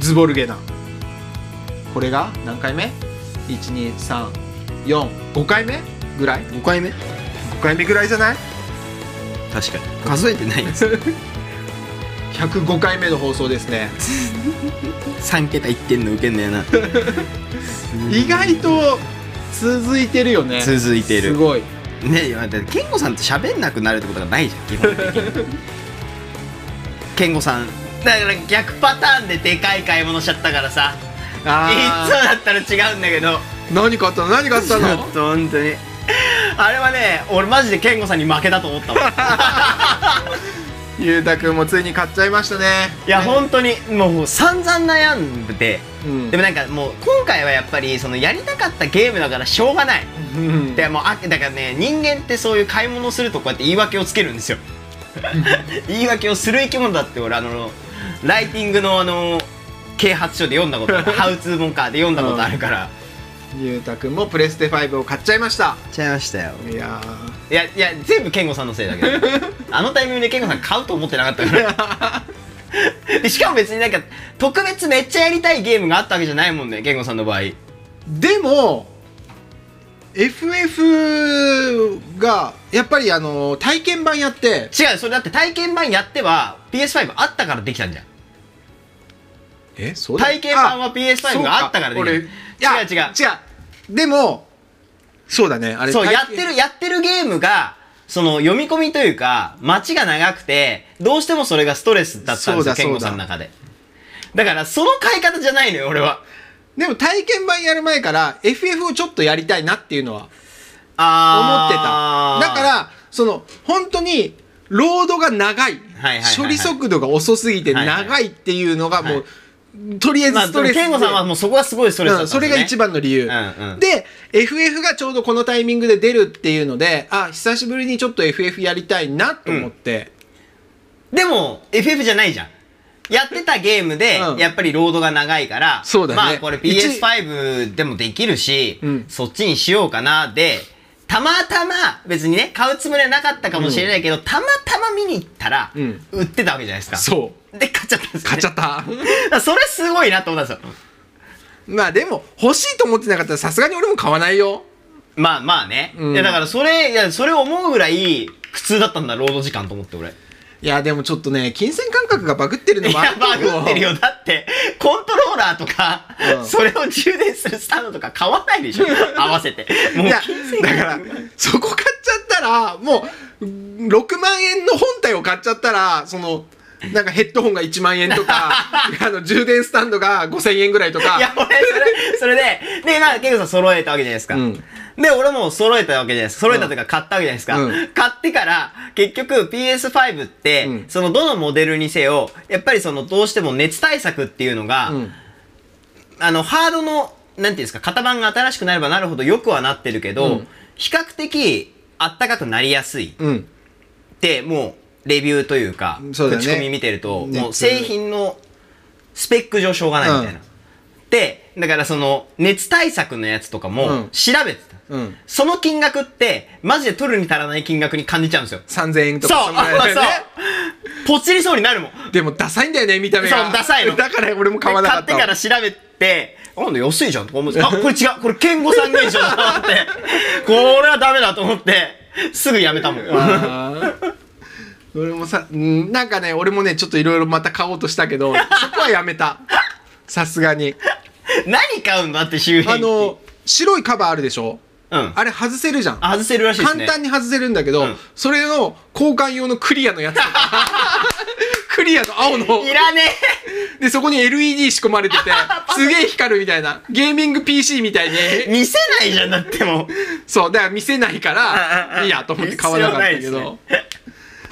ズボルゲダンこれが何回目 ?1234,5 回目ぐらい5回目 ?5 回目ぐらいじゃない確かに数えてない ?105 回目の放送ですね3桁いってんのウケんだよな 意外と続いてるよね続いてるすごいねえだって健吾さんって喋んなくなるってことがないじゃん基本的に 健吾さんだから逆パターンででかい買い物しちゃったからさいあつもだったら違うんだけどー何買ったの何買っちょたっ のと本当にあれはね俺マジで健吾さんに負けたと 思ったもんゆうたくんもついに買っちゃいましたねいやね本当にもう散々悩んでうんでもなんかもう今回はやっぱりそのやりたかったゲームだからしょうがないうんでもうあだからね人間ってそういう買い物するとこうやって言い訳をつける んですよ言い訳をする生き物だって俺あのライティングのあの啓発書で読んだこと あるハウツー本かで読んだことあるから、ゆうたくんもプレステ5を買っちゃいましたちゃいましたよいやいやいや全部健吾さんのせいだけ どあのタイミングで健吾さん買うと思ってなかっ たからでしかも別になんか特別めっちゃやりたいゲームがあったわけじゃないもんね健吾さんの場合ーでも FF がやっぱりあの体験版やって違うそれだって体験版やっては PS5 あったからできたんじゃんえそう体験版は PS5 があったからでき俺るいや違う違う違うでもそうだねあれそうや体っ験てるやってるゲームがその読み込みというか待ちが長くてどうしてもそれがストレスだったんそでうすよだ健吾さんの中でだからその買い方じゃないのよ俺はでも体験版やる前から FF をちょっとやりたいなっていうのは思ってあただからその本当にロードが長い,、はいはいはい処理速度が遅すぎてはいはい長いっていうのがもう、はとりあえずまあストレスで、健吾さんはもうそこがすごいストレスだっうたんんですそよれねが一番の理由、うんうんで FF がちょうどこのタイミングで出るっていうのであ久しぶりにちょっと FF やりたいなと思って、でも FF じゃないじゃんやってたゲームで、うんやっぱりロードが長いから、そうだねまあこれ PS5 でもできるし、うんそっちにしようかな、で、たまたま、別にね、買うつもりはなかったかもしれないけど、たまたま見に行ったら、うん売ってたわけじゃないですか。。そうで、買っちゃったんです、ね、買っちゃっった た。それすごいなと思ったんですよ。まあでも欲しいと思ってなかったらさすがに俺も買わないよまあまあね。うんいやだからそれ、いや、それを思うぐらい、苦痛だったんだ、ロード時間と思って、俺。いやでもちょっとね金銭感覚がバグってるのいもあや、るとバ思うグってるよ。だって、コントローラーとか、うんそれを充電するスタンドとか買わないでし ょ合わせて。もういや金銭だからそこ買っちゃったらもう6万円の本体を買っちゃったらそのなんかヘッドホンが1万円と かあの充電スタンドが5000円ぐらいといやか、俺、それ、それで、で、まあ、ケイコさん揃えたわけじゃないですか。うんで、俺も揃えたわけじゃないですか。揃えたというか、買ったわけじゃないですか。うん買ってから、結局 PS5 って、うんその、どのモデルにせよ、やっぱりその、どうしても熱対策っていうのが、うんあの、ハードの、なんていうんですか、型番が新しくなればなるほど良くはなってるけど、うん比較的、あったかくなりやすい。うん、でもうレビューというかそうだね口コミ見てるとねもう製品のスペック上しょうがないみたいな、うんでだからその熱対策のやつとかうもん調べてた、うん、その金額ってマジで取るに足らない金額に感じちゃうんですよ3000円とそうかそんぐらいだうよねぽっちりそうにな るもんでもダサいんだよね見た目がそうダサいのだから俺も買わなかったで買ってから調べてあなんだ安いじゃんとか思うんですあこれ違うこれ健吾さんの印象だと思って これはダメだと思ってすぐやめたもんあー 俺もさうんなんかね俺もねちょっといろいろまた買おうとしたけど そこはやめたさすがに 何買うんだって周あ辺機の白いカバーあるでしょうんあれ外せるじゃんあ外せるらしいです簡ね単に外せるんだけど、うんそれの交換用のクリアの やつクリアの青のいらねでそこに LED 仕込まれ ててすげえ光るみたいなゲーミング PC みたいにえ見せないじゃんだってもうそうだから見せないかあああらいいやと思って買わなかったけ必ど要な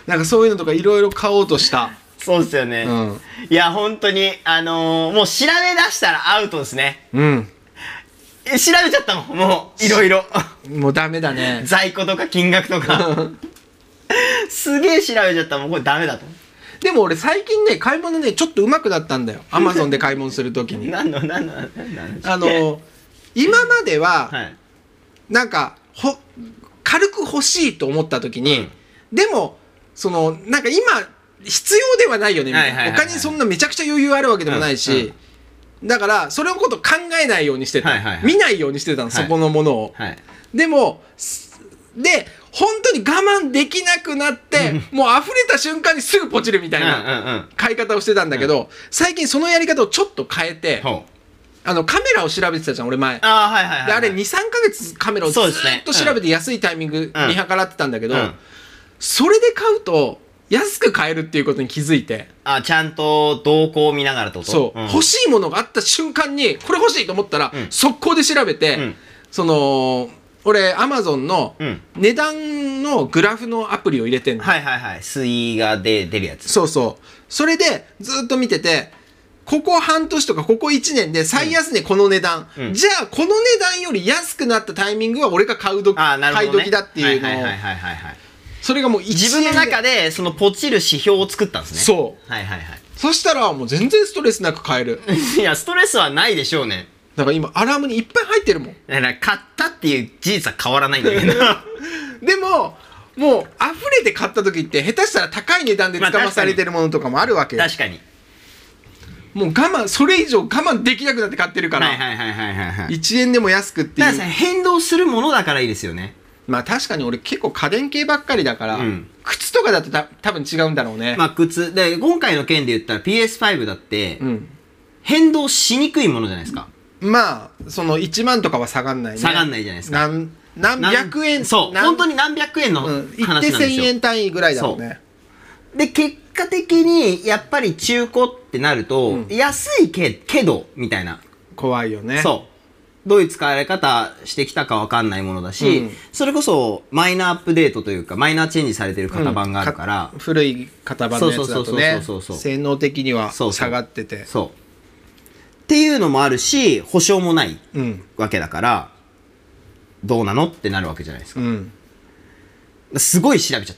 ない,、んかそういうのとかいろいろ買おうとしたそうですよね、うんいや本当にあのーもう調べ出したらアウトですねうんえ調べちゃったもんもういろいろもうダメだね在庫とか金額とかすげえ調べちゃったもんこれダメだと思うでも俺最近ね買い物ねちょっと上手くなったんだよアマゾンで買い物するときに何の何の何の話あの今までははいなんかほ軽く欲しいと思ったときに、でもそのなんか今必要ではないよねみたいな、はいはいはいはいお金そんなめちゃくちゃ余裕あるわけでもないし、うんうんだからそれのこと考えないようにしてた、はいはいはい見ないようにしてたの、はいそこのものを、はいでもすで本当に我慢できなくなってもう溢れた瞬間にすぐポチるみたいなうんうんうん買い方をしてたんだけど、最近そのやり方をちょっと変えてほうあのカメラを調べてたじゃん俺前でああはいはいはい、はい、あれ23か月カメラをずそうですーねっと調べて安いタイミングうん見計らってたんだけど、うんそれで買うと安く買えるっていうことに気づいてあちゃんと動向を見ながらってことそう、ん欲しいものがあった瞬間にこれ欲しいと思ったら、うん速攻で調べて、うんその俺アマゾンのうん値段のグラフのアプリを入れてんの、はいはいはい水がで出るやつそうそうそれでずっと見ててここ半年とかここ1年で最安値この値段、うんじゃあこの値段より安くなったタイミングは俺が買うどああなるほ買いど、ね、時だっていうのを、はいはいはいはいはい、それがもう1年自分ので中でそのポチる指標を作ったんですねうそはいはいはいうそしたらもう全然ストレスなく買える いやストレスはないでしょうねだから今アラームにいっぱい入ってるもんだから買ったっていう事実は変わらないんだ けどでももう溢れて買った時って下手したら高い値段で捕まされてるものとかもあるわけよ、確かにもう我慢それ以上我慢できなくなって買ってるから、はいはいはいはいはいはい1円でも安くってだかいらさう変動するものだからいいですよねまあ確かに俺結構家電系ばっかりだから、うん靴とかだとた多分違うんだろうね、まあ靴で今回の件で言ったら PS5 だってうん変動しにくいものじゃないですかまあその1万とかは下がんないね下がんないじゃないですなかん何百円そうなん本当に何百円のうん、話な行んっでてすよ、 1000円単位ぐらいだろうねで結果的にやっぱり中古ってなると、うん安いけけどみたいな怖いよねそうどういう使われ方してきたかわかんないものだし、うんそれこそマイナーアップデートというかマイナーチェンジされてる型番があるから、うん古い型番のやつだとねそうそうそうそうそうそう性能的にはそうそう下がっててそうっていうのもあるし保証もないうんわけだからどうなのってなるわけじゃないですかうんすごい調べちゃっ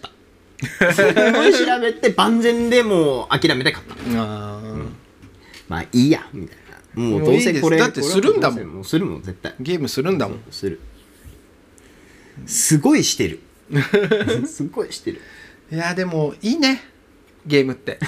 たすごい調べて万全でもう諦めて買ったあーまあいいやみたいなもうどうせこれいやいいですだってするんだもんこれはどうせもうするもん絶対ゲームするんだもんするすごいし てるすごいしてるいやでもいいねゲームって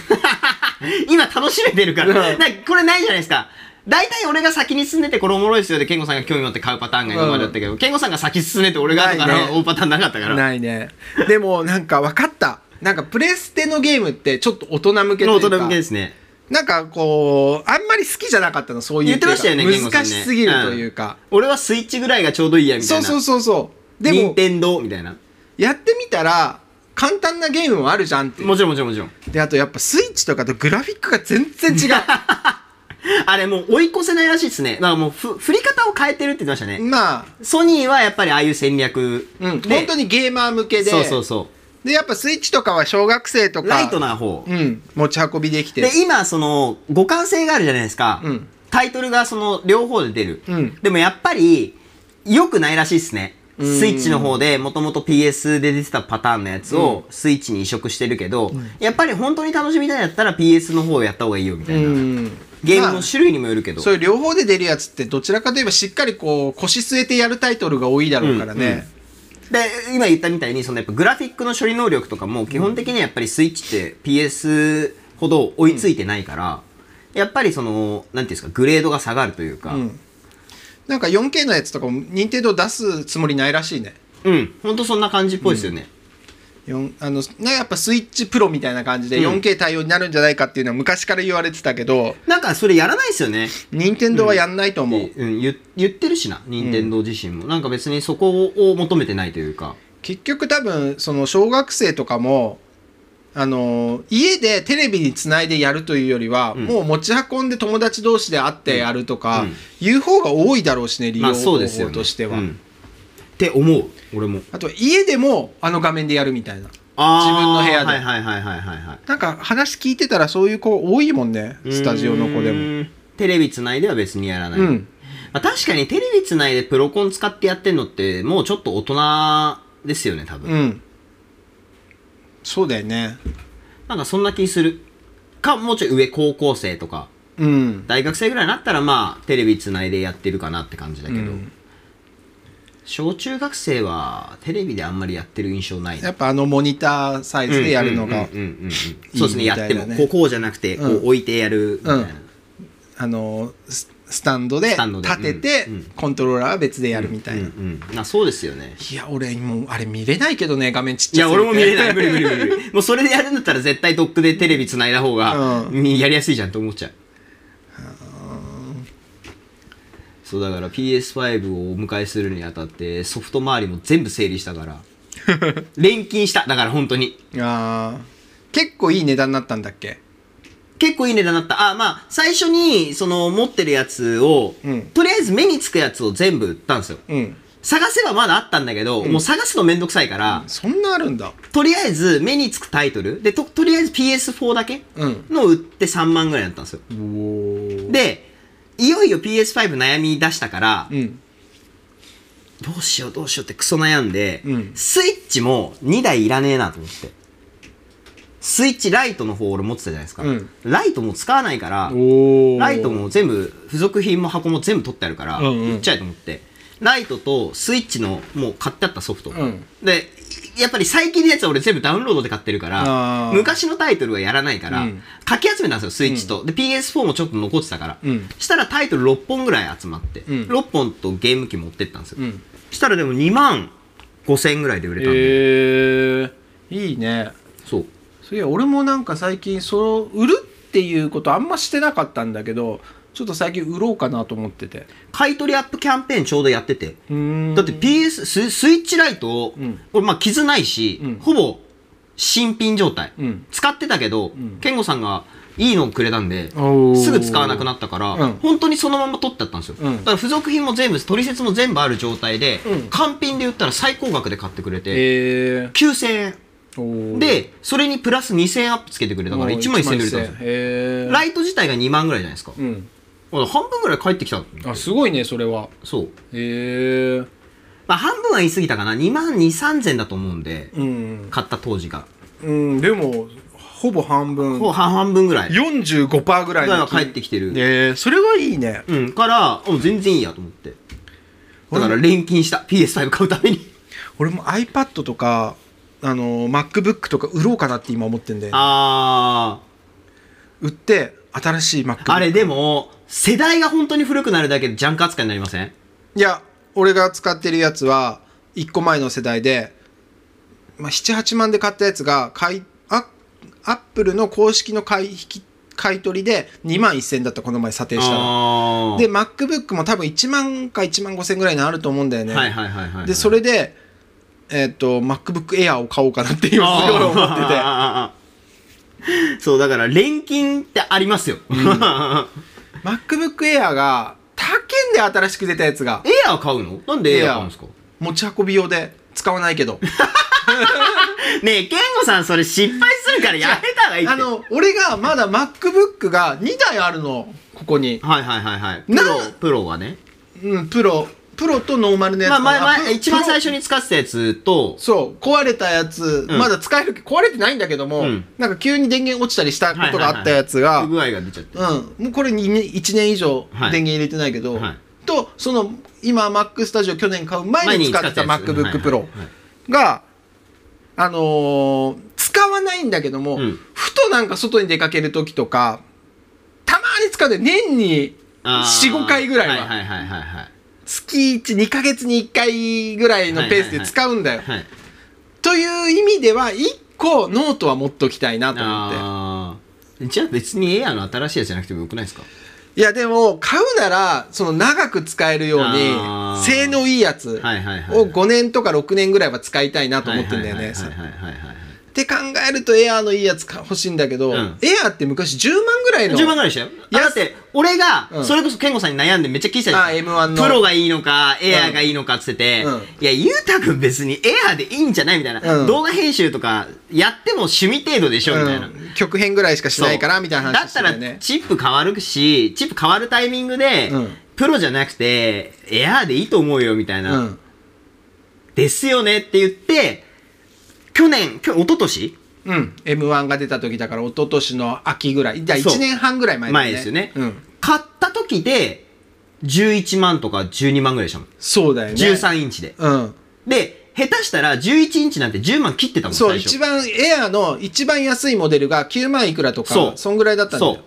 今楽しめてるからうんなんかこれないじゃないですか大体俺が先に進んでてこれおもろいですよで健吾さんが興味持って買うパターンが今までだったけど、健吾さんが先進んでて俺が後かないらね追うパターンなかったから、ないねでもなんか分かったなんかプレステのゲームってちょっと大人向けとい大うか人向けですねなんかこうあんまり好きじゃなかったのそういう言ってましたよねってい健う吾かさん難ねしすぎるというか、俺はスイッチぐらいがちょうどいいやみたそいうなそうそうそうで任も天堂みたいなやってみたら簡単なゲームもあるじゃんってもちろんもちろんもちろんであとやっぱスイッチとかとグラフィックが全然違 あれもう追い越せないらしいですねだからもうふ振り方を変えてるって言ってましたうねまあ、ソニーはやっぱりああいう戦略うん、で本当にゲーマー向けでそうそうそでやっぱスイッチとかは小学生とうかライトな方、うん、持ち運びできてで今その互換性があるじゃないですか、うんタイトルがその両方で出る、うんでもやっぱり良くないらしいですねんスイッチの方でもともと PS で出てたパターンのやつをスイッチに移植してるけど、やっぱり本当に楽しみたいんだったら PS の方をやった方がいいよみたいな、うんゲームの種類にもよるけど、そういう両方で出るやつってどちらかといえばしっかりこう腰据えてやるタイトルが多いだろうからね、で今言ったみたいにそのやっぱグラフィックの処理能力とかも基本的にはやっぱりスイッチって PS ほど追いついてないから、やっぱりそのなんていうんですかグレードが下がるというかうんなんか 4K のやつとかも任天堂出すつもりないらしいねうん、ほんとそんな感じっぽいですよね、四あのなやっぱスイッチプロみたいな感じでうん 4K 対応になるんじゃないかっていうのは昔から言われてたけどなんかそれやらないですよね任天堂はやんないと思う、うん、言言ってるしな任天堂自身も、なんか別にそこを求めてないというか結局多分その小学生とかもあの家でテレビにつないでやるというよりは、うんもう持ち運んで友達同士で会ってやるとか、うんいう方が多いだろうしね利用まあ方そう法ですよ、ね、としては、うんって思う俺もあとは家でもあの画面でやるみたいなあー自分の部屋ではいはいはいはいはいはいなんか話聞いてたらそういう子多いもんねスタジオの子でうもーんテレビつないでは別にやらない、うんまあ、確かにテレビつないでプロコン使ってやってんのってもうちょっと大人ですよね多分、うんそうだよねなんかそんな気するかもうちょい上高校生とかうん大学生ぐらいになったらまあテレビつないでやってるかなって感じだけど、うん小中学生はテレビであんまりやってる印象ないやっぱあのモニターサイズでやるのが、うんうんうんうんうんそうですねいいみやたいなっねてもこうこうじゃなくてこうんう置いてやるみたいな、うんあのススタンドでスタンドで立てて、うんうんコントローラーは別でやるみたいな、うんうん、あそうですよねいや俺もうあれ見れないけどね画面ちっいちゃやすぎ俺ても見れない無理無理無理無 理もうそれでやるんだったら絶対ドックでテレビ繋いだ方が、うみやりやすいじゃんと思っちゃうそうだから PS5 をお迎えするにあたってソフト周りも全部整理したから 錬金しただから本当にあー結構いい値段になったんだっけ結構いい値段だったあまあ最初にその持ってるやつを、うんとりあえず目につくやつを全部売ったんですようん探せばまだあったんだけど、もう探すのめんどくさいから、そんなあるんだとりあえず目につくタイトルでととりあえず PS4 だけうんの売って3万ぐらいだったんですよでいよいよ PS5 悩み出したから、うんどうしようどうしようってクソ悩んで、うんスイッチも2台いらねえなと思ってスイッチライトの方俺持ってたじゃないですか、うんライトも使わないからおーライトも全部付属品も箱も全部取ってあるから、うんうん売っちゃえと思ってライトとスイッチのもう買ってあったソフト、うんでやっぱり最近のやつは俺全部ダウンロードで買ってるからあー昔のタイトルはやらないから、うんかき集めたんですよスイッチと、で PS4 もちょっと残ってたから、うんしたらタイトル6本ぐらい集まって、うん6本とゲーム機持ってったんですよ、うんしたらでも2万5000円ぐらいで売れたんで、へえいいねそうそういや俺もなんか最近その売るっていうことあんましてなかったんだけどちょっと最近売ろうかなと思ってて買い取りアップキャンペーンちょうどやってて、うーんだって PS ススイッチライトを、うんこれまあ傷ないし、うんほぼ新品状態、うん使ってたけど、ん健吾さんがいいのをくれたんで、おーすぐ使わなくなったから、うん本当にそのまま取ってあったんですよ、うんだから付属品も全部取説も全部ある状態で、うん完品で売ったら最高額で買ってくれて、え9000ーお円ーでそれにプラス2000円アップつけてくれたかおらー1万1000円で売れたんですよ、へえライト自体が2万ぐらいじゃないですか、うんほら半分ぐらい返ってきたんだよあすごいねそれはそうへえまあ半分は言い過ぎたかな2万2 3 0 0 0だと思うんで、うん、買った当時が、うん、でもほぼ半分もう半半分ぐらい45%ぐらいぐらいのは返ってきてる、えー、それはいいねうんからもう全然いいやと思ってだから俺錬金した PS5 買うために俺も iPad とかあの MacBook とか売ろうかなって今思ってんであ売って新しい MacBook ーあれでも世代が本当に古くなるだけでジャンク扱いになりませんいや俺が使ってるやつは1個前の世代で、まあ、78万で買ったやつが買いあアップルの公式の買い引き買い取りで2万1000だったこの前査定したのあーで MacBook も多分1万か1万5000ぐらいになると思うんだよね、はいはいはいはいでそれでえっ、と MacBook Air を買おうかなって今すごい思ってててて そうだから錬金ってありますよ、 エ MacBook Air が高いんで新しく出たやつがアー買うのなんでエアー買うんですか持ち運び用で使わないけどねえ健吾さんそれ失敗するからやめた方がいいってあの俺がまだ MacBook が2台あるのここにはいはいはいはいプなロプロはねうんプロプロとノーマルのやつまあかな前前プロ一番プロ最初に使ってたやつとそう壊れたやつ、うんまだ使える壊れてないんだけども、うんなんか急に電源落ちたりしたことがあったやつが、不具合が出ちゃってうん、もうこれに1年以上はい電源入れてないけど、はいとその今 Mac スタジオ去年買う前に使ってた前に使ってたやつ MacBookPro はいはいが、あのー使わないんだけども、うんふとなんか外に出かける時とかたまに使うで年にあー45回ぐらいははいはいはいはい月12ヶ月に1回ぐらいのペースで使うんだよ。はいはいという意味では1個ノートは持っときたいなと思っあーじゃあ別にエアーの新しいやつじゃなくてもよくないですかていやでも買うならその長く使えるようあーに性能いいやつはいはいはいを5年とか6年ぐらいは使いたいなと思ってんだよね。はいはいはいはいはいはいって考えるとエアーのいいやつか欲しいんだけど、うんエアーって昔10万ぐらいの10万ぐらいでしたよ。いや、だって、俺うが、んそれこそ、健吾さんに悩んでめっちゃ聞いてたじゃん。あ M1 のプロがいいのか、エアーがいいのかっつってて、うんいや、ゆうたくん別にエアーでいいんじゃないみたいな、うん動画編集とか、やっても趣味程度でしょみたいな。うん極編ぐらいしかしないからみたいなだ話っしてたたらよねチップ変わるしチップ変わるタイミングで、うんプロじゃなくてエアーでいいと思うよみたいな、うんですよねって言って去年去一昨年うん、M1 が出た時だから一昨年の秋ぐらいじゃあそう1年半ぐらい前だ前ですよねうん、買った時で11万とか12万ぐらいでしたもん、そうだよね13インチでうんで下手したら11インチなんて10万切ってたもんそう最初一番エアーの一番安いモデルが9万いくらとそかうそんぐらいだったんだそよ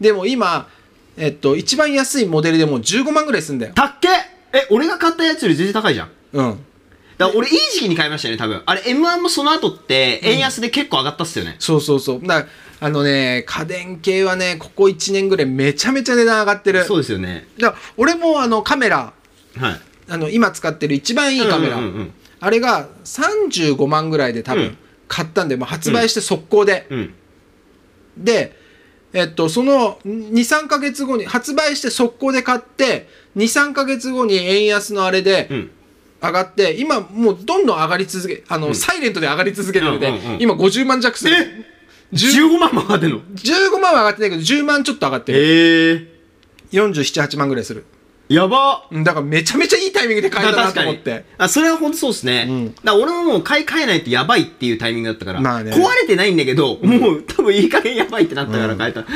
でも今えっと、一番安いモデルでもう15万ぐらいすんだよ。たっけえ、俺が買ったやつより全然高いじゃん。うん。だから俺いい時期に買いましたよね、多分。あれ M1 もその後って円安で結構上がったっすよね。そうそうそう。だあのね、家電系はね、ここ1年ぐらいめちゃめちゃ値段上がってる。そうですよね。だ俺もあのカメラ、はい。あの今使ってる一番いいカメラ、うんうんうんあれが35万ぐらいで多う分ん買ったんで、もう発売して速攻で。うん。で、えっと、その23ヶ月後に発売して速攻で買って23ヶ月後に円安のあれでうん。上がって、今もうどんどん上がり続けあの、サイレントで上がり続けてるので、うんうんうん今50万弱する10 15万も上がってんの15万は上がってないけど10万ちょっと上がってるええ478万ぐらいするやばうんだからめちゃめちゃいいタイミングで買えたなと思っまあて確かにあそれは本当そうですね、うんだから俺ももう買い替えないとやばいっていうタイミングだったから、まあね壊れてないんだけどもう多分いい加減やばいってなったから買えた、だ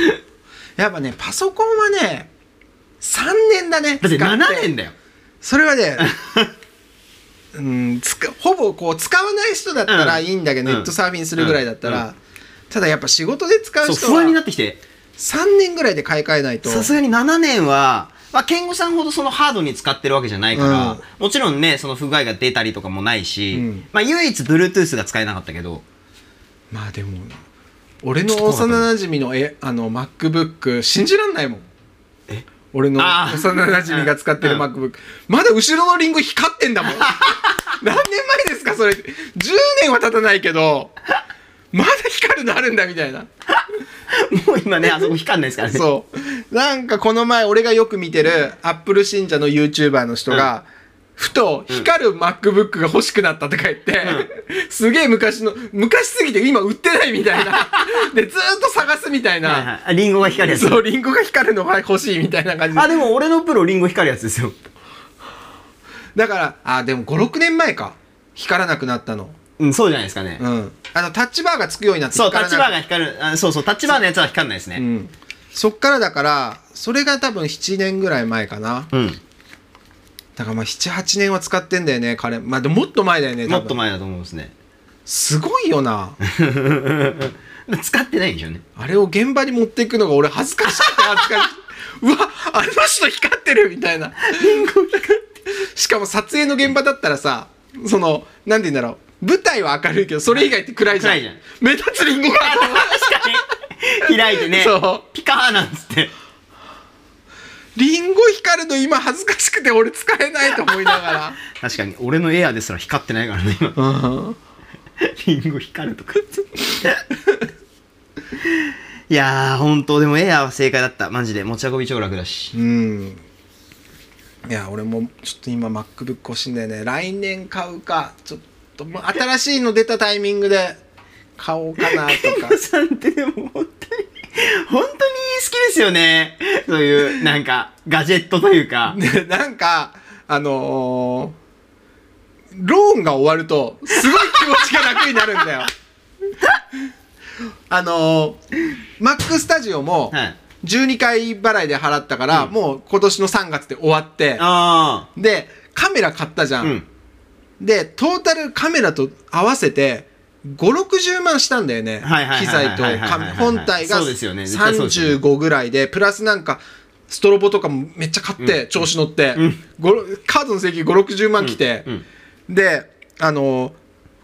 やっぱねパソコンはね3年だねって使7年だよそれは ねうんつかほぼこう使わない人だったらいいんだけど、うんネットサーフィンするぐらいだったら、うんうただやっぱ仕事で使うそう人不安になはってきて3年ぐらいで買い替えないとさすがに7年は、まあ、健吾さんほどそのハードに使ってるわけじゃないから、うんもちろんねその不具合が出たりとかもないし、うんまあ、唯一 Bluetooth が使えなかったけどまあでも俺の幼なじみのえあの MacBook 信じらんないもん俺のあー幼なじみが使ってるうん MacBook まだ後ろのリンゴ光ってん だもん何年前ですかそれ10年は経たないけどまだ光るのあるんだみたいなもう今ねあそこ光んないですから ねそうなんかこの前俺がよく見てるアップル信者の YouTuber の人が、ふと光る MacBook が欲しくなったって書いて、すげえ昔の昔すぎて今売ってないみたいな でずーっと探すみたいな、はいはいあリンゴが光るやつそうリンゴが光るのが欲しいみたいな感じであでも俺のプロリンゴ光るやつですよだからあでも56年前か光らなくなったのうんそうじゃないですかね、うんあのタッチバーがつくようになってそう、光タらッなチくバなーったが光る。あそうそう、タッチバーのやつは光らないですうね。んそっからだからそれが多分7年ぐらい前かなうん。だからまあ78年は使ってんだよね彼まあでももっと前だよね多も分っと前だと思うんですね。すごいよな使ってないんでしょうね。あれを現場に持っていくのが俺恥ずかしくて恥ずかしくて うわあの人光ってるみたいなしかも撮影の現場だったらさそのなんて言うんだろう舞台は明るいけどそれ以外って暗いじゃん暗いじゃん目立つリンゴが 確かに。開いてね。そうピカーなんつって。リンゴ光るの今恥ずかしくて俺使えないと思いなが ら確かに、俺のエアーですら光ってないからね、今。うんリンゴ光ると か。いやー、本当でもエアーは正解だった。マジで。持ち運び超楽だし。うんいや俺もちょっと今 MacBook 欲しいんだよね来年買うかちょっともう新しいの出たタイミングで買おうかなとか お父さんってでも本当に、本当に好きですよね。そういう、なんか、ガジェットというか。でなんかあのーローンが終わるとすごい気持ちが楽になるんだよ あのー、Mac スタジオもはい。 12回払いで払ったから、もう今年の3月で終わってあでカメラ買ったじゃあ。うん。でトータルカメラと合わせて560万したんだよねはいはい機はい材はいとはいはいカメ本体がそうですよね絶対そうですよね35ぐらいでプラスなんかストロボとかもめっちゃ買って調子乗ってうんごろカードの請求560万来てうんであのー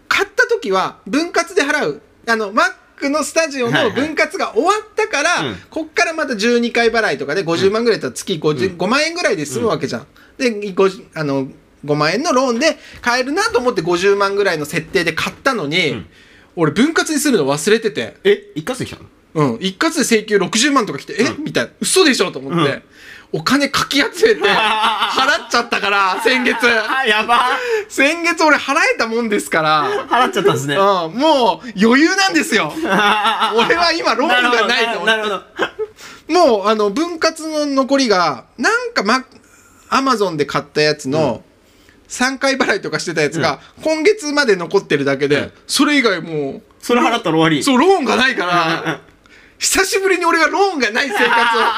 買った時は分割で払うあの Mac のスタジオはいのはい分割が終わったから、うんこっからまた12回払いとかで50万ぐらいだったら月50 5万円ぐらいで済むわけじゃん。で50あの5万円のローンで買えるなと思って50万ぐらいの設定で買ったのに、ん俺分割にするの忘れてて、え一括で来たのうん、一括で請求60万とか来て、え、みたいな嘘でしょと思って、お金かき集め て払っちゃったから先月あ、やば先月俺払えたもんですから。払っちゃったんです ね。うん、もう余裕なんです よ俺は今ローンなるほがどないと思なってるほど。もうあの分割の残りがなんかマアマゾンで買ったやつの3回払いとかしてたやつが今月まで残ってるだけでそれ以外もそれ払ったら終わり。うそうローンがないから久しぶりに俺がローンがない生活を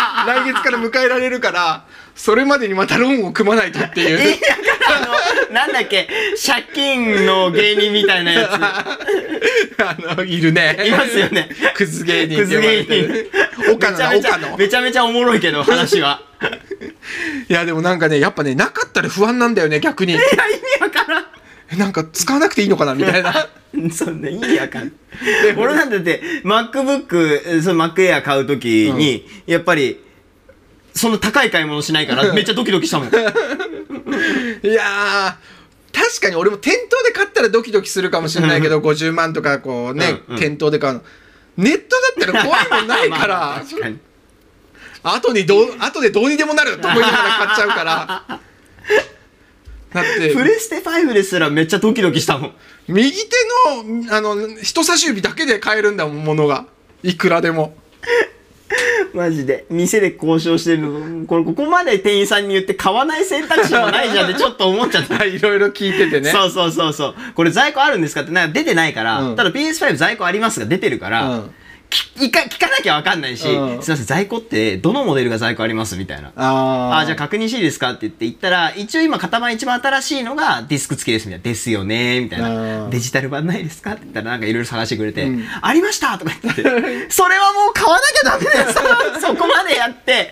来月から迎えられるからそれまでにまたローンを組まないとっていういやあなんだっけ借金の芸人みたいなやつ あの、いるね。いますよねクズ 芸人って呼ばれてる。岡 野めちゃだ、めち岡ゃ野。いめちゃめちゃおもろいけど話はや、でもなんかね、やっぱね、なかったら不安なんだよね、逆に。いや意味わからんえなんか使わなくていいのかな、みたい な。そんな意味わかんない。俺なんてだって MacBook、その MacAir 買うときに、やっぱり、そんな高い買い物しない から、めっちゃドキドキしたもん。いやー。確かに俺も店頭で買ったらドキドキするかもしれないけど、50万とかこうね、うんうん店頭で買うの。ネットだったら怖いもんないかまあ ら、確かに。後にどう、後でどうにでもなると思いながら買っちゃうから。だ って、プレステ5ですらめっちゃドキドキしたもん。右手の、あの、人差し指だけで買えるんだもん、ものが。いくらでも。マジで。店で交渉してるの、これここまで店員さんに言って買わない選択肢もないじゃん ってちょっと思っちゃった。いろいろ聞いててね。そうそうそうそう。これ在庫あるんですかって、なんか出てないから、うんただ PS5 在庫ありますが出てるから、うんきいか聞かなきゃわかんないし、うんすいません、在庫ってどのモデルが在庫ありますみたいな。あーあじゃあ確認していいですかって言って言ったら、一応今型番一番新しいのがディスク付きですみたいな。ですよねみたいあな。ーデジタル版ないですかって言ったらなんかいろいろ探してくれて、うんありましたとか言ってて、 それはもう買わなきゃダメだよそこまでやって、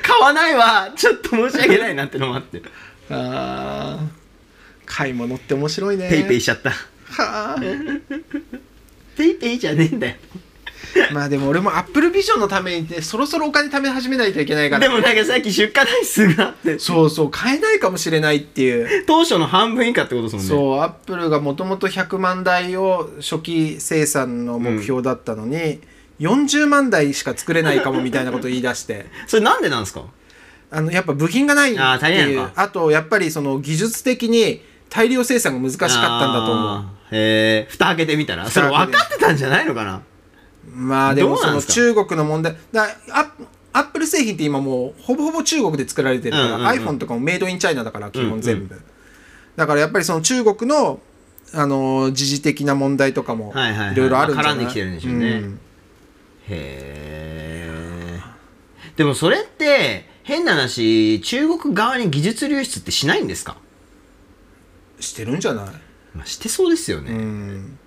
買わないはちょっと申し訳ないなってのもあって。あー買い物って面白いね。ペイペイしちゃった。はーペイペイじゃねえんだよ。まあでも俺もアップルビジョンのためにね、そろそろお金貯め始めないといけないかでら。もなんかさっき出荷台数があって、そうそう、買えないかもしれないっていう。当初の半分以下ってことですもんね。そう、アップルがもともと100万台を初期生産の目標だったのに、40万台しか作れないかもみたいなこと言い出して。それなんでなんですかあのやっぱ部品がないってあー足りないいのうかあとやっぱりその技術的に大量生産が難しかったんだと思うあー。へえ、蓋開けてみたら、それ蓋開分けてかってたんじゃないのかなまあでもどうそなんのですか中国の問題だアアップル製品って今もうほぼほぼ中国で作られてるから、うんうんうん iPhone とかもメイドインチャイナだから基うんうん本全部、だからやっぱりその中国のあのー時事的な問題とかもはいはいはいいろいろあるんじゃない、絡んできてるんでしょうねんへえでもそれって変な話中国側に技術流出ってしないんですか、してるんじゃないまあ、してそうですようね、ん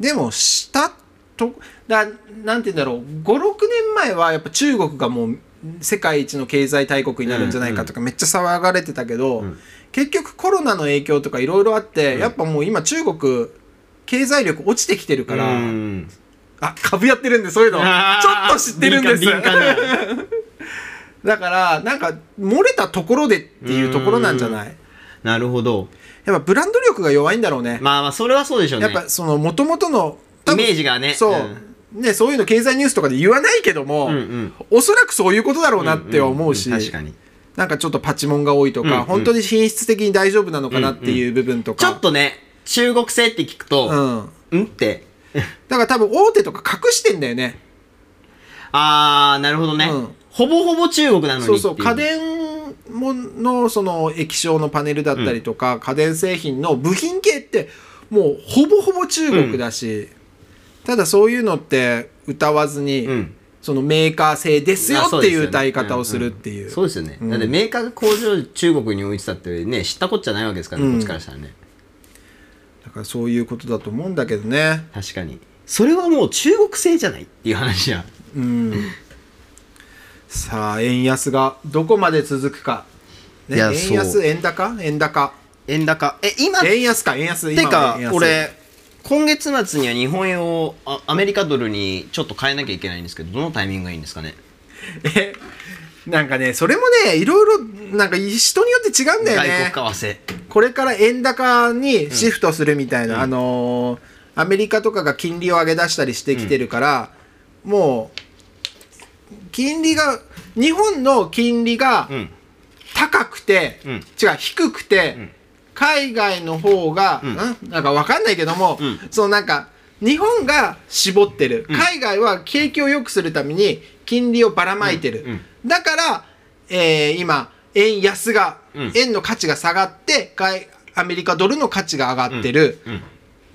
でもしたとだなんて言うんだろう56年前はやっぱ中国がもう世界一の経済大国になるんじゃないかとかめっちゃ騒がれてたけど、ん結局コロナの影響とかいろいろあって、やっぱもう今中国経済力落ちてきてるから、うんあ株やってるんでそういうのちょっと知ってるんです敏感敏感だ だからなんか漏れたところでっていうところなんじゃない なるほどやっぱブランド力が弱いんだろうね、まあまあそれはそうでしょうねやっぱその元々のイ多分メージがねそう、んね、そういうの経済ニュースとかで言わないけども、うんうんおそらくそういうことだろうなっては思うし、んん確かになんかちょっとパチモンが多いとか、うんうん本当に品質的に大丈夫なのかなっていう部分とちか、ょっとね中国製って聞くとうん、うん、ってだから多分大手とか隠してんだよねああなるほどね、うんほぼほぼ中国なのにってそいうそう家電ものその液晶のパネルだったりとか、家電製品の部品系ってもうほぼほぼ中国だし、ただそういうのって歌わずに、うんそのメーカー製ですよあそっうてでいすうよね歌い方をするっていう。そうですよね、うんだってメーカーが工場中国に置いてたってね知ったこっちゃないわけですからね、うんこっちからしたらねだからそういうことだと思うんだけどね。確かにそれはもう中国製じゃないっていう話やうん。さあ、円安がどこまで続くか。ね、いや円そ安、う円高円高。円高え今円安か、円安。て今はか円安、俺今月末には日本円をあアメリカドルにちょっと変えなきゃいけないんですけどどのタイミングがいいんですかねえ なんかね、それもね、いろいろ、なんか人によって違うんだよね。外国為これから円高にシフトするみたいな、あのーアメリカとかが金利を上げ出したりしてきてるから、もう金利が日本の金利が替うん高くて、うん違う低くて、ん海外の方が、んんなんかわかんないけども、うんそのなんか日本が絞ってる、ん海外は景気を良くするために金利をばらまいてる、うんうんだから、えー今円安が、うん円の価値が下がって外アメリカドルの価値が上がってる、うん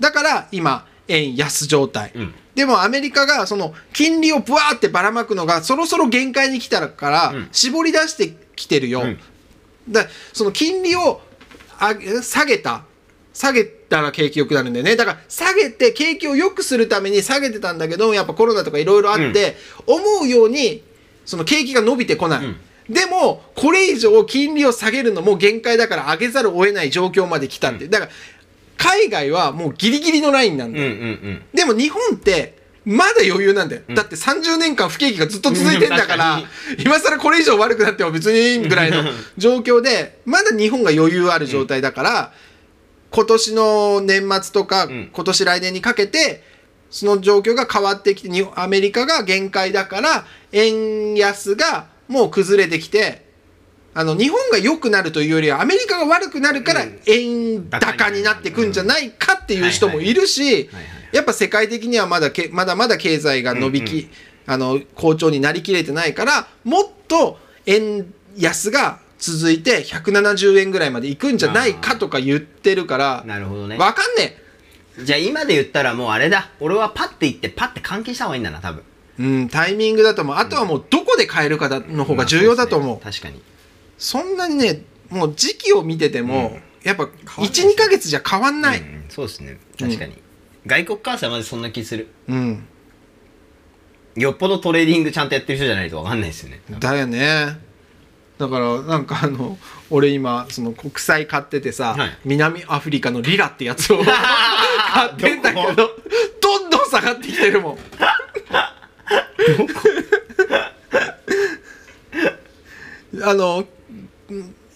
だから今円安状態、うんでもアメリカがその金利をぶわーってばらまくのがそろそろ限界に来たからうん絞り出してきてるよ、うんだその金利をあえ下げた下げたら景気良くなるんだよねだから下げて景気を良くするために下げてたんだけどやっぱコロナとかいろいろあって、思うようにその景気が伸びてこない、でもこれ以上金利を下げるのも限界だから上げざるを得ない状況まで来たって、だから海外はもうギリギリのラインなんだようんうんでも日本ってまだ余裕なんだよ、だって30年間不景気がずっと続いてんだから、うん今更これ以上悪くなっても別にいいぐらい の状況でまだ日本が余裕ある状態だから、今年の年末とか、ん今年来年にかけてその状況が変わってきて日本アメリカが限界だから円安がもう崩れてきてあの日本が良くなるというよりはアメリカが悪くなるから円高になってくんじゃないかっていう人もいるしはいはいやっぱ世界的にはまだけまだまだ経済が伸びき、あの好調になりきれてないからもっと円安が続いて170円ぐらいまでいくんじゃないかとか言ってるからうんなるほどね分かんねじゃあ今で言ったらもうあれだ俺はパッて行ってパッて換金した方がいいんだな多分え、うん、タイミングだと思うあとはもうどこで買えるかだの方が重要だと思うまあそですねそんなにねもう時期を見てても、やっぱわんない12か月じゃ変わんない確かに、うんそうですね確かに、外国為替はまずそんな気するうん、よっぽどトレーディングちゃんとやってる人じゃないとわかんないですよねだよねだからなんかあの俺今その国債買っててさ、はい南アフリカのリラってやつを 買ってんだけどどどんどん下がってきてるもんあの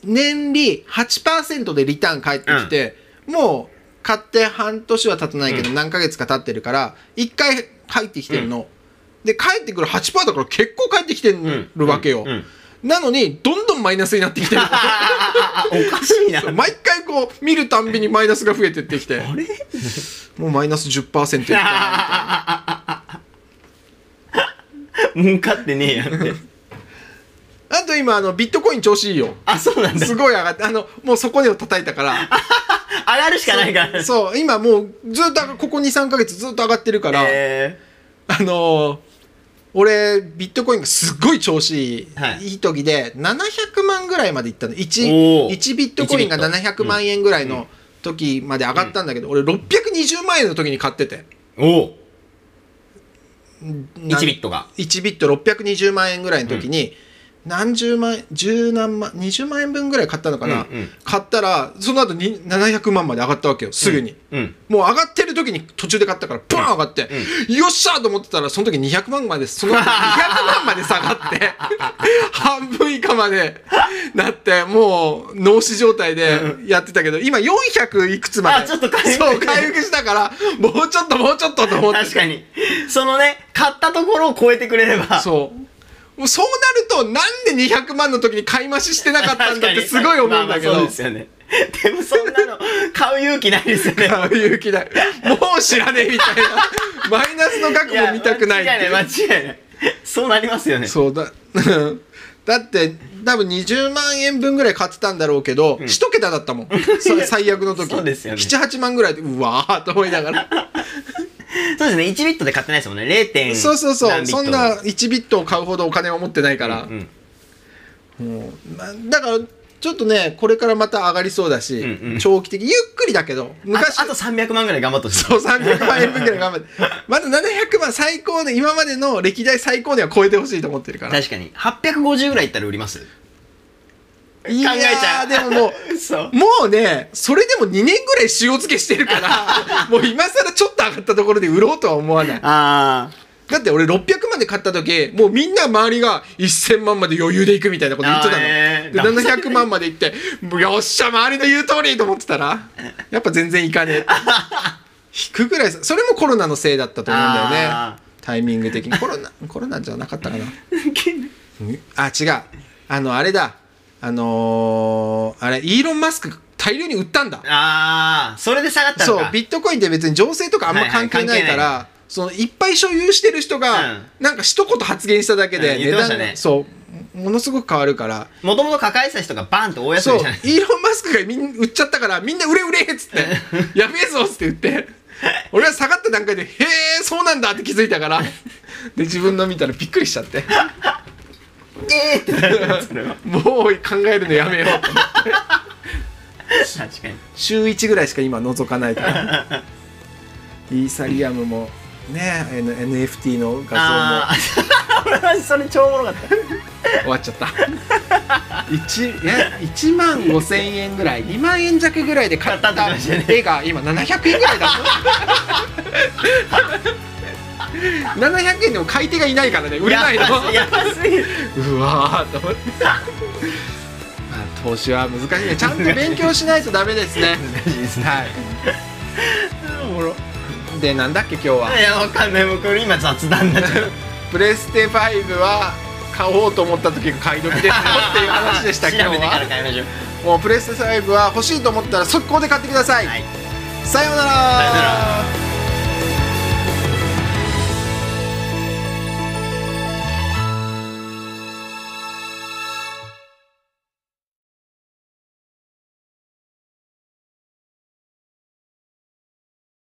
年利8%でリターン返ってきて、もう買って半年は経たないけど、何ヶ月か経ってるから1回入ってきてるの、で帰ってくる8%だから結構帰ってきてるわけよ、うんうんなのにどんどんマイナスになって きてるあおかしいな毎回こう見るたんびにマイナスが増えてってきてあれもうマイナス10%いったな儲かってねえや んって あと今あのビットコイン調子いいよあそうなんだすごい上がってあのもうそこでを叩いたから上がるしかないからそう今もうずっと上がここ23か月ずっと上がってるから、えあのー俺ビットコインがすっごい調子いい、はいい、い時で700万ぐらいまでいったの 1, おー1ビットコインが1ビット700万円ぐらいの時まで上がったんだけど、俺620万円の時に買っててー、おお1 1ビットが1ビット620万円ぐらいの時に、何十万十何万20万円分ぐらい買ったのかな、うんうん買ったらその後に700万まで上がったわけよすぐに、うんもう上がってる時に途中で買ったからブーン上がって、よっしゃーと思ってたらその時200万までそ の後200万まで下がって 半分以下までなってもう脳死状態でやってたけど今400いくつまであちょっと回復そう回復したからもうちょっともうちょっとと思って確かにそのね買ったところを超えてくれればそうもうそうなるとなんで200万の時に買い増ししてなかったん確だかっにてすごい思うんだけど、まあまあそうですよねでもそんなの買う勇気ないです よね買う勇気ないもう知らねえみたいなマイナスの額も見たくないってやいう間違いない間違いないそうなりますよ ねそうだだって多分20万円分ぐらい買ってたんだろうけど、一桁だった もんそ最悪の時そうですよね78万ぐらいでうわーと思いながら そうですね1ビットで買ってないですもんね 0. 点そうそうそ何うビッそトんな1ビットを買うほどお金を持ってないから、うんもうなだからちょっとねこれからまた上がりそうだし、うんうん長期的ゆっくりだけど昔ああと300万ぐらい頑張ってほしいそう300万円分ぐらい頑張ってまだ700万最高で今までの歴代最高では超えてほしいと思ってるから確かに850ぐらいいったら売りますいやー考えちゃうでももう そうもうね、それでも2年ぐらい塩漬けしてる から、もう今更ちょっと上がったところで売ろうとは思わない。あだって俺600万で買った時、もうみんな周りが1000万まで余裕で行くみたいなこと言ってたの。あーえで、ー700万まで行って、もうよっしゃ、周りの言う通りと思ってたら、やっぱ全然いかねえ って。引くぐらいさ、それもコロナのせいだったと思うんだよねあ。タイミング的に。コロナ、コロナじゃなかったかな。あ違うあのあれだあのーあれイーロン・マスク大量に売ったんだあああそれで下がったのそかうビットコインって別に情勢とかあんま関係ないから、はいそのいっぱい所有してる人が、うんなんか一言発言しただけでうん言ってましたねがそうものすごく変わるからもともと抱えてた人がバンと大休そうみイじゃないーロン・マスクがみん売っちゃったからみんな売れ売れっつって やべえぞっつって言って俺は下がった段階でへえそうなんだって気づいた からで自分の見たらびっくりしちゃってええってなるそれは もう考えるのやめようと思って確かに週1ぐらいしか今覗かないから イーサリアムもね N- NFT の画あ あ俺それ超おもろかっ像たも終わっちゃった 1, え1万5000円ぐらい2万円弱ぐらいで買った買ったって話だね絵が今700円ぐらいだった700円でも買い手がいないからね売れないのやばすぎるうわーと思ってまあ投資は難しいねちゃんと勉強しないとダメです ね難しいですねはいおもろでなんだっけ今日はいやわかんないもうこれ今雑談になっち ゃっプレステ5は買おうと思った時が買い時ですよたっていう話でした 調今日べてからは買いましょうもうプレステ5は欲しいと思ったら速攻で買ってください、はいさようなさようならら